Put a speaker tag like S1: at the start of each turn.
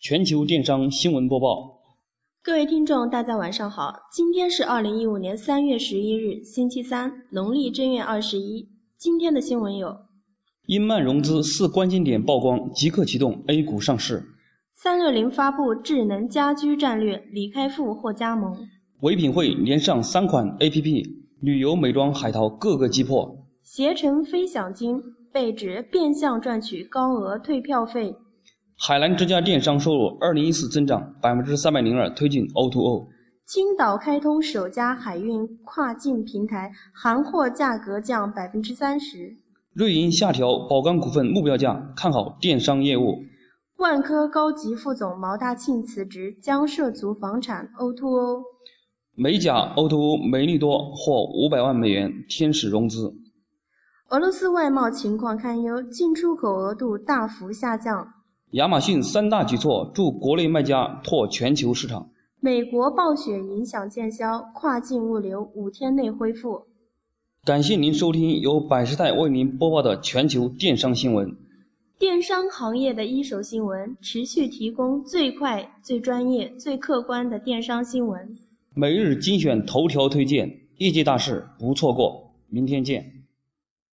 S1: 全球电商新闻播报。
S2: 各位听众，大家晚上好！今天是二零一五年三月十一日，星期三，农历正月二十一。今天的新闻有：
S1: 因慢融资四关键点曝光，即刻启动 A 股上市；
S2: 三六零发布智能家居战略，李开复获加盟；
S1: 唯品会连上三款 APP，旅游、美妆、海淘各个击破；
S2: 携程飞享金被指变相赚取高额退票费。
S1: 海澜之家电商收入二零一四增长百分之三百零二，推进 O2O。
S2: 青岛开通首家海运跨境平台，含货价格降百分之三十。
S1: 瑞银下调宝钢股份目标价，看好电商业务。
S2: 万科高级副总毛大庆辞职，将涉足房产 O2O。
S1: 美甲 O2O 美利多获五百万美元天使融资。
S2: 俄罗斯外贸情况堪忧，进出口额度大幅下降。
S1: 亚马逊三大举措助国内卖家拓全球市场。
S2: 美国暴雪影响见消，跨境物流五天内恢复。
S1: 感谢您收听由百时代为您播报的全球电商新闻。
S2: 电商行业的一手新闻，持续提供最快、最专业、最客观的电商新闻。
S1: 每日精选头条推荐，业界大事不错过。明天见。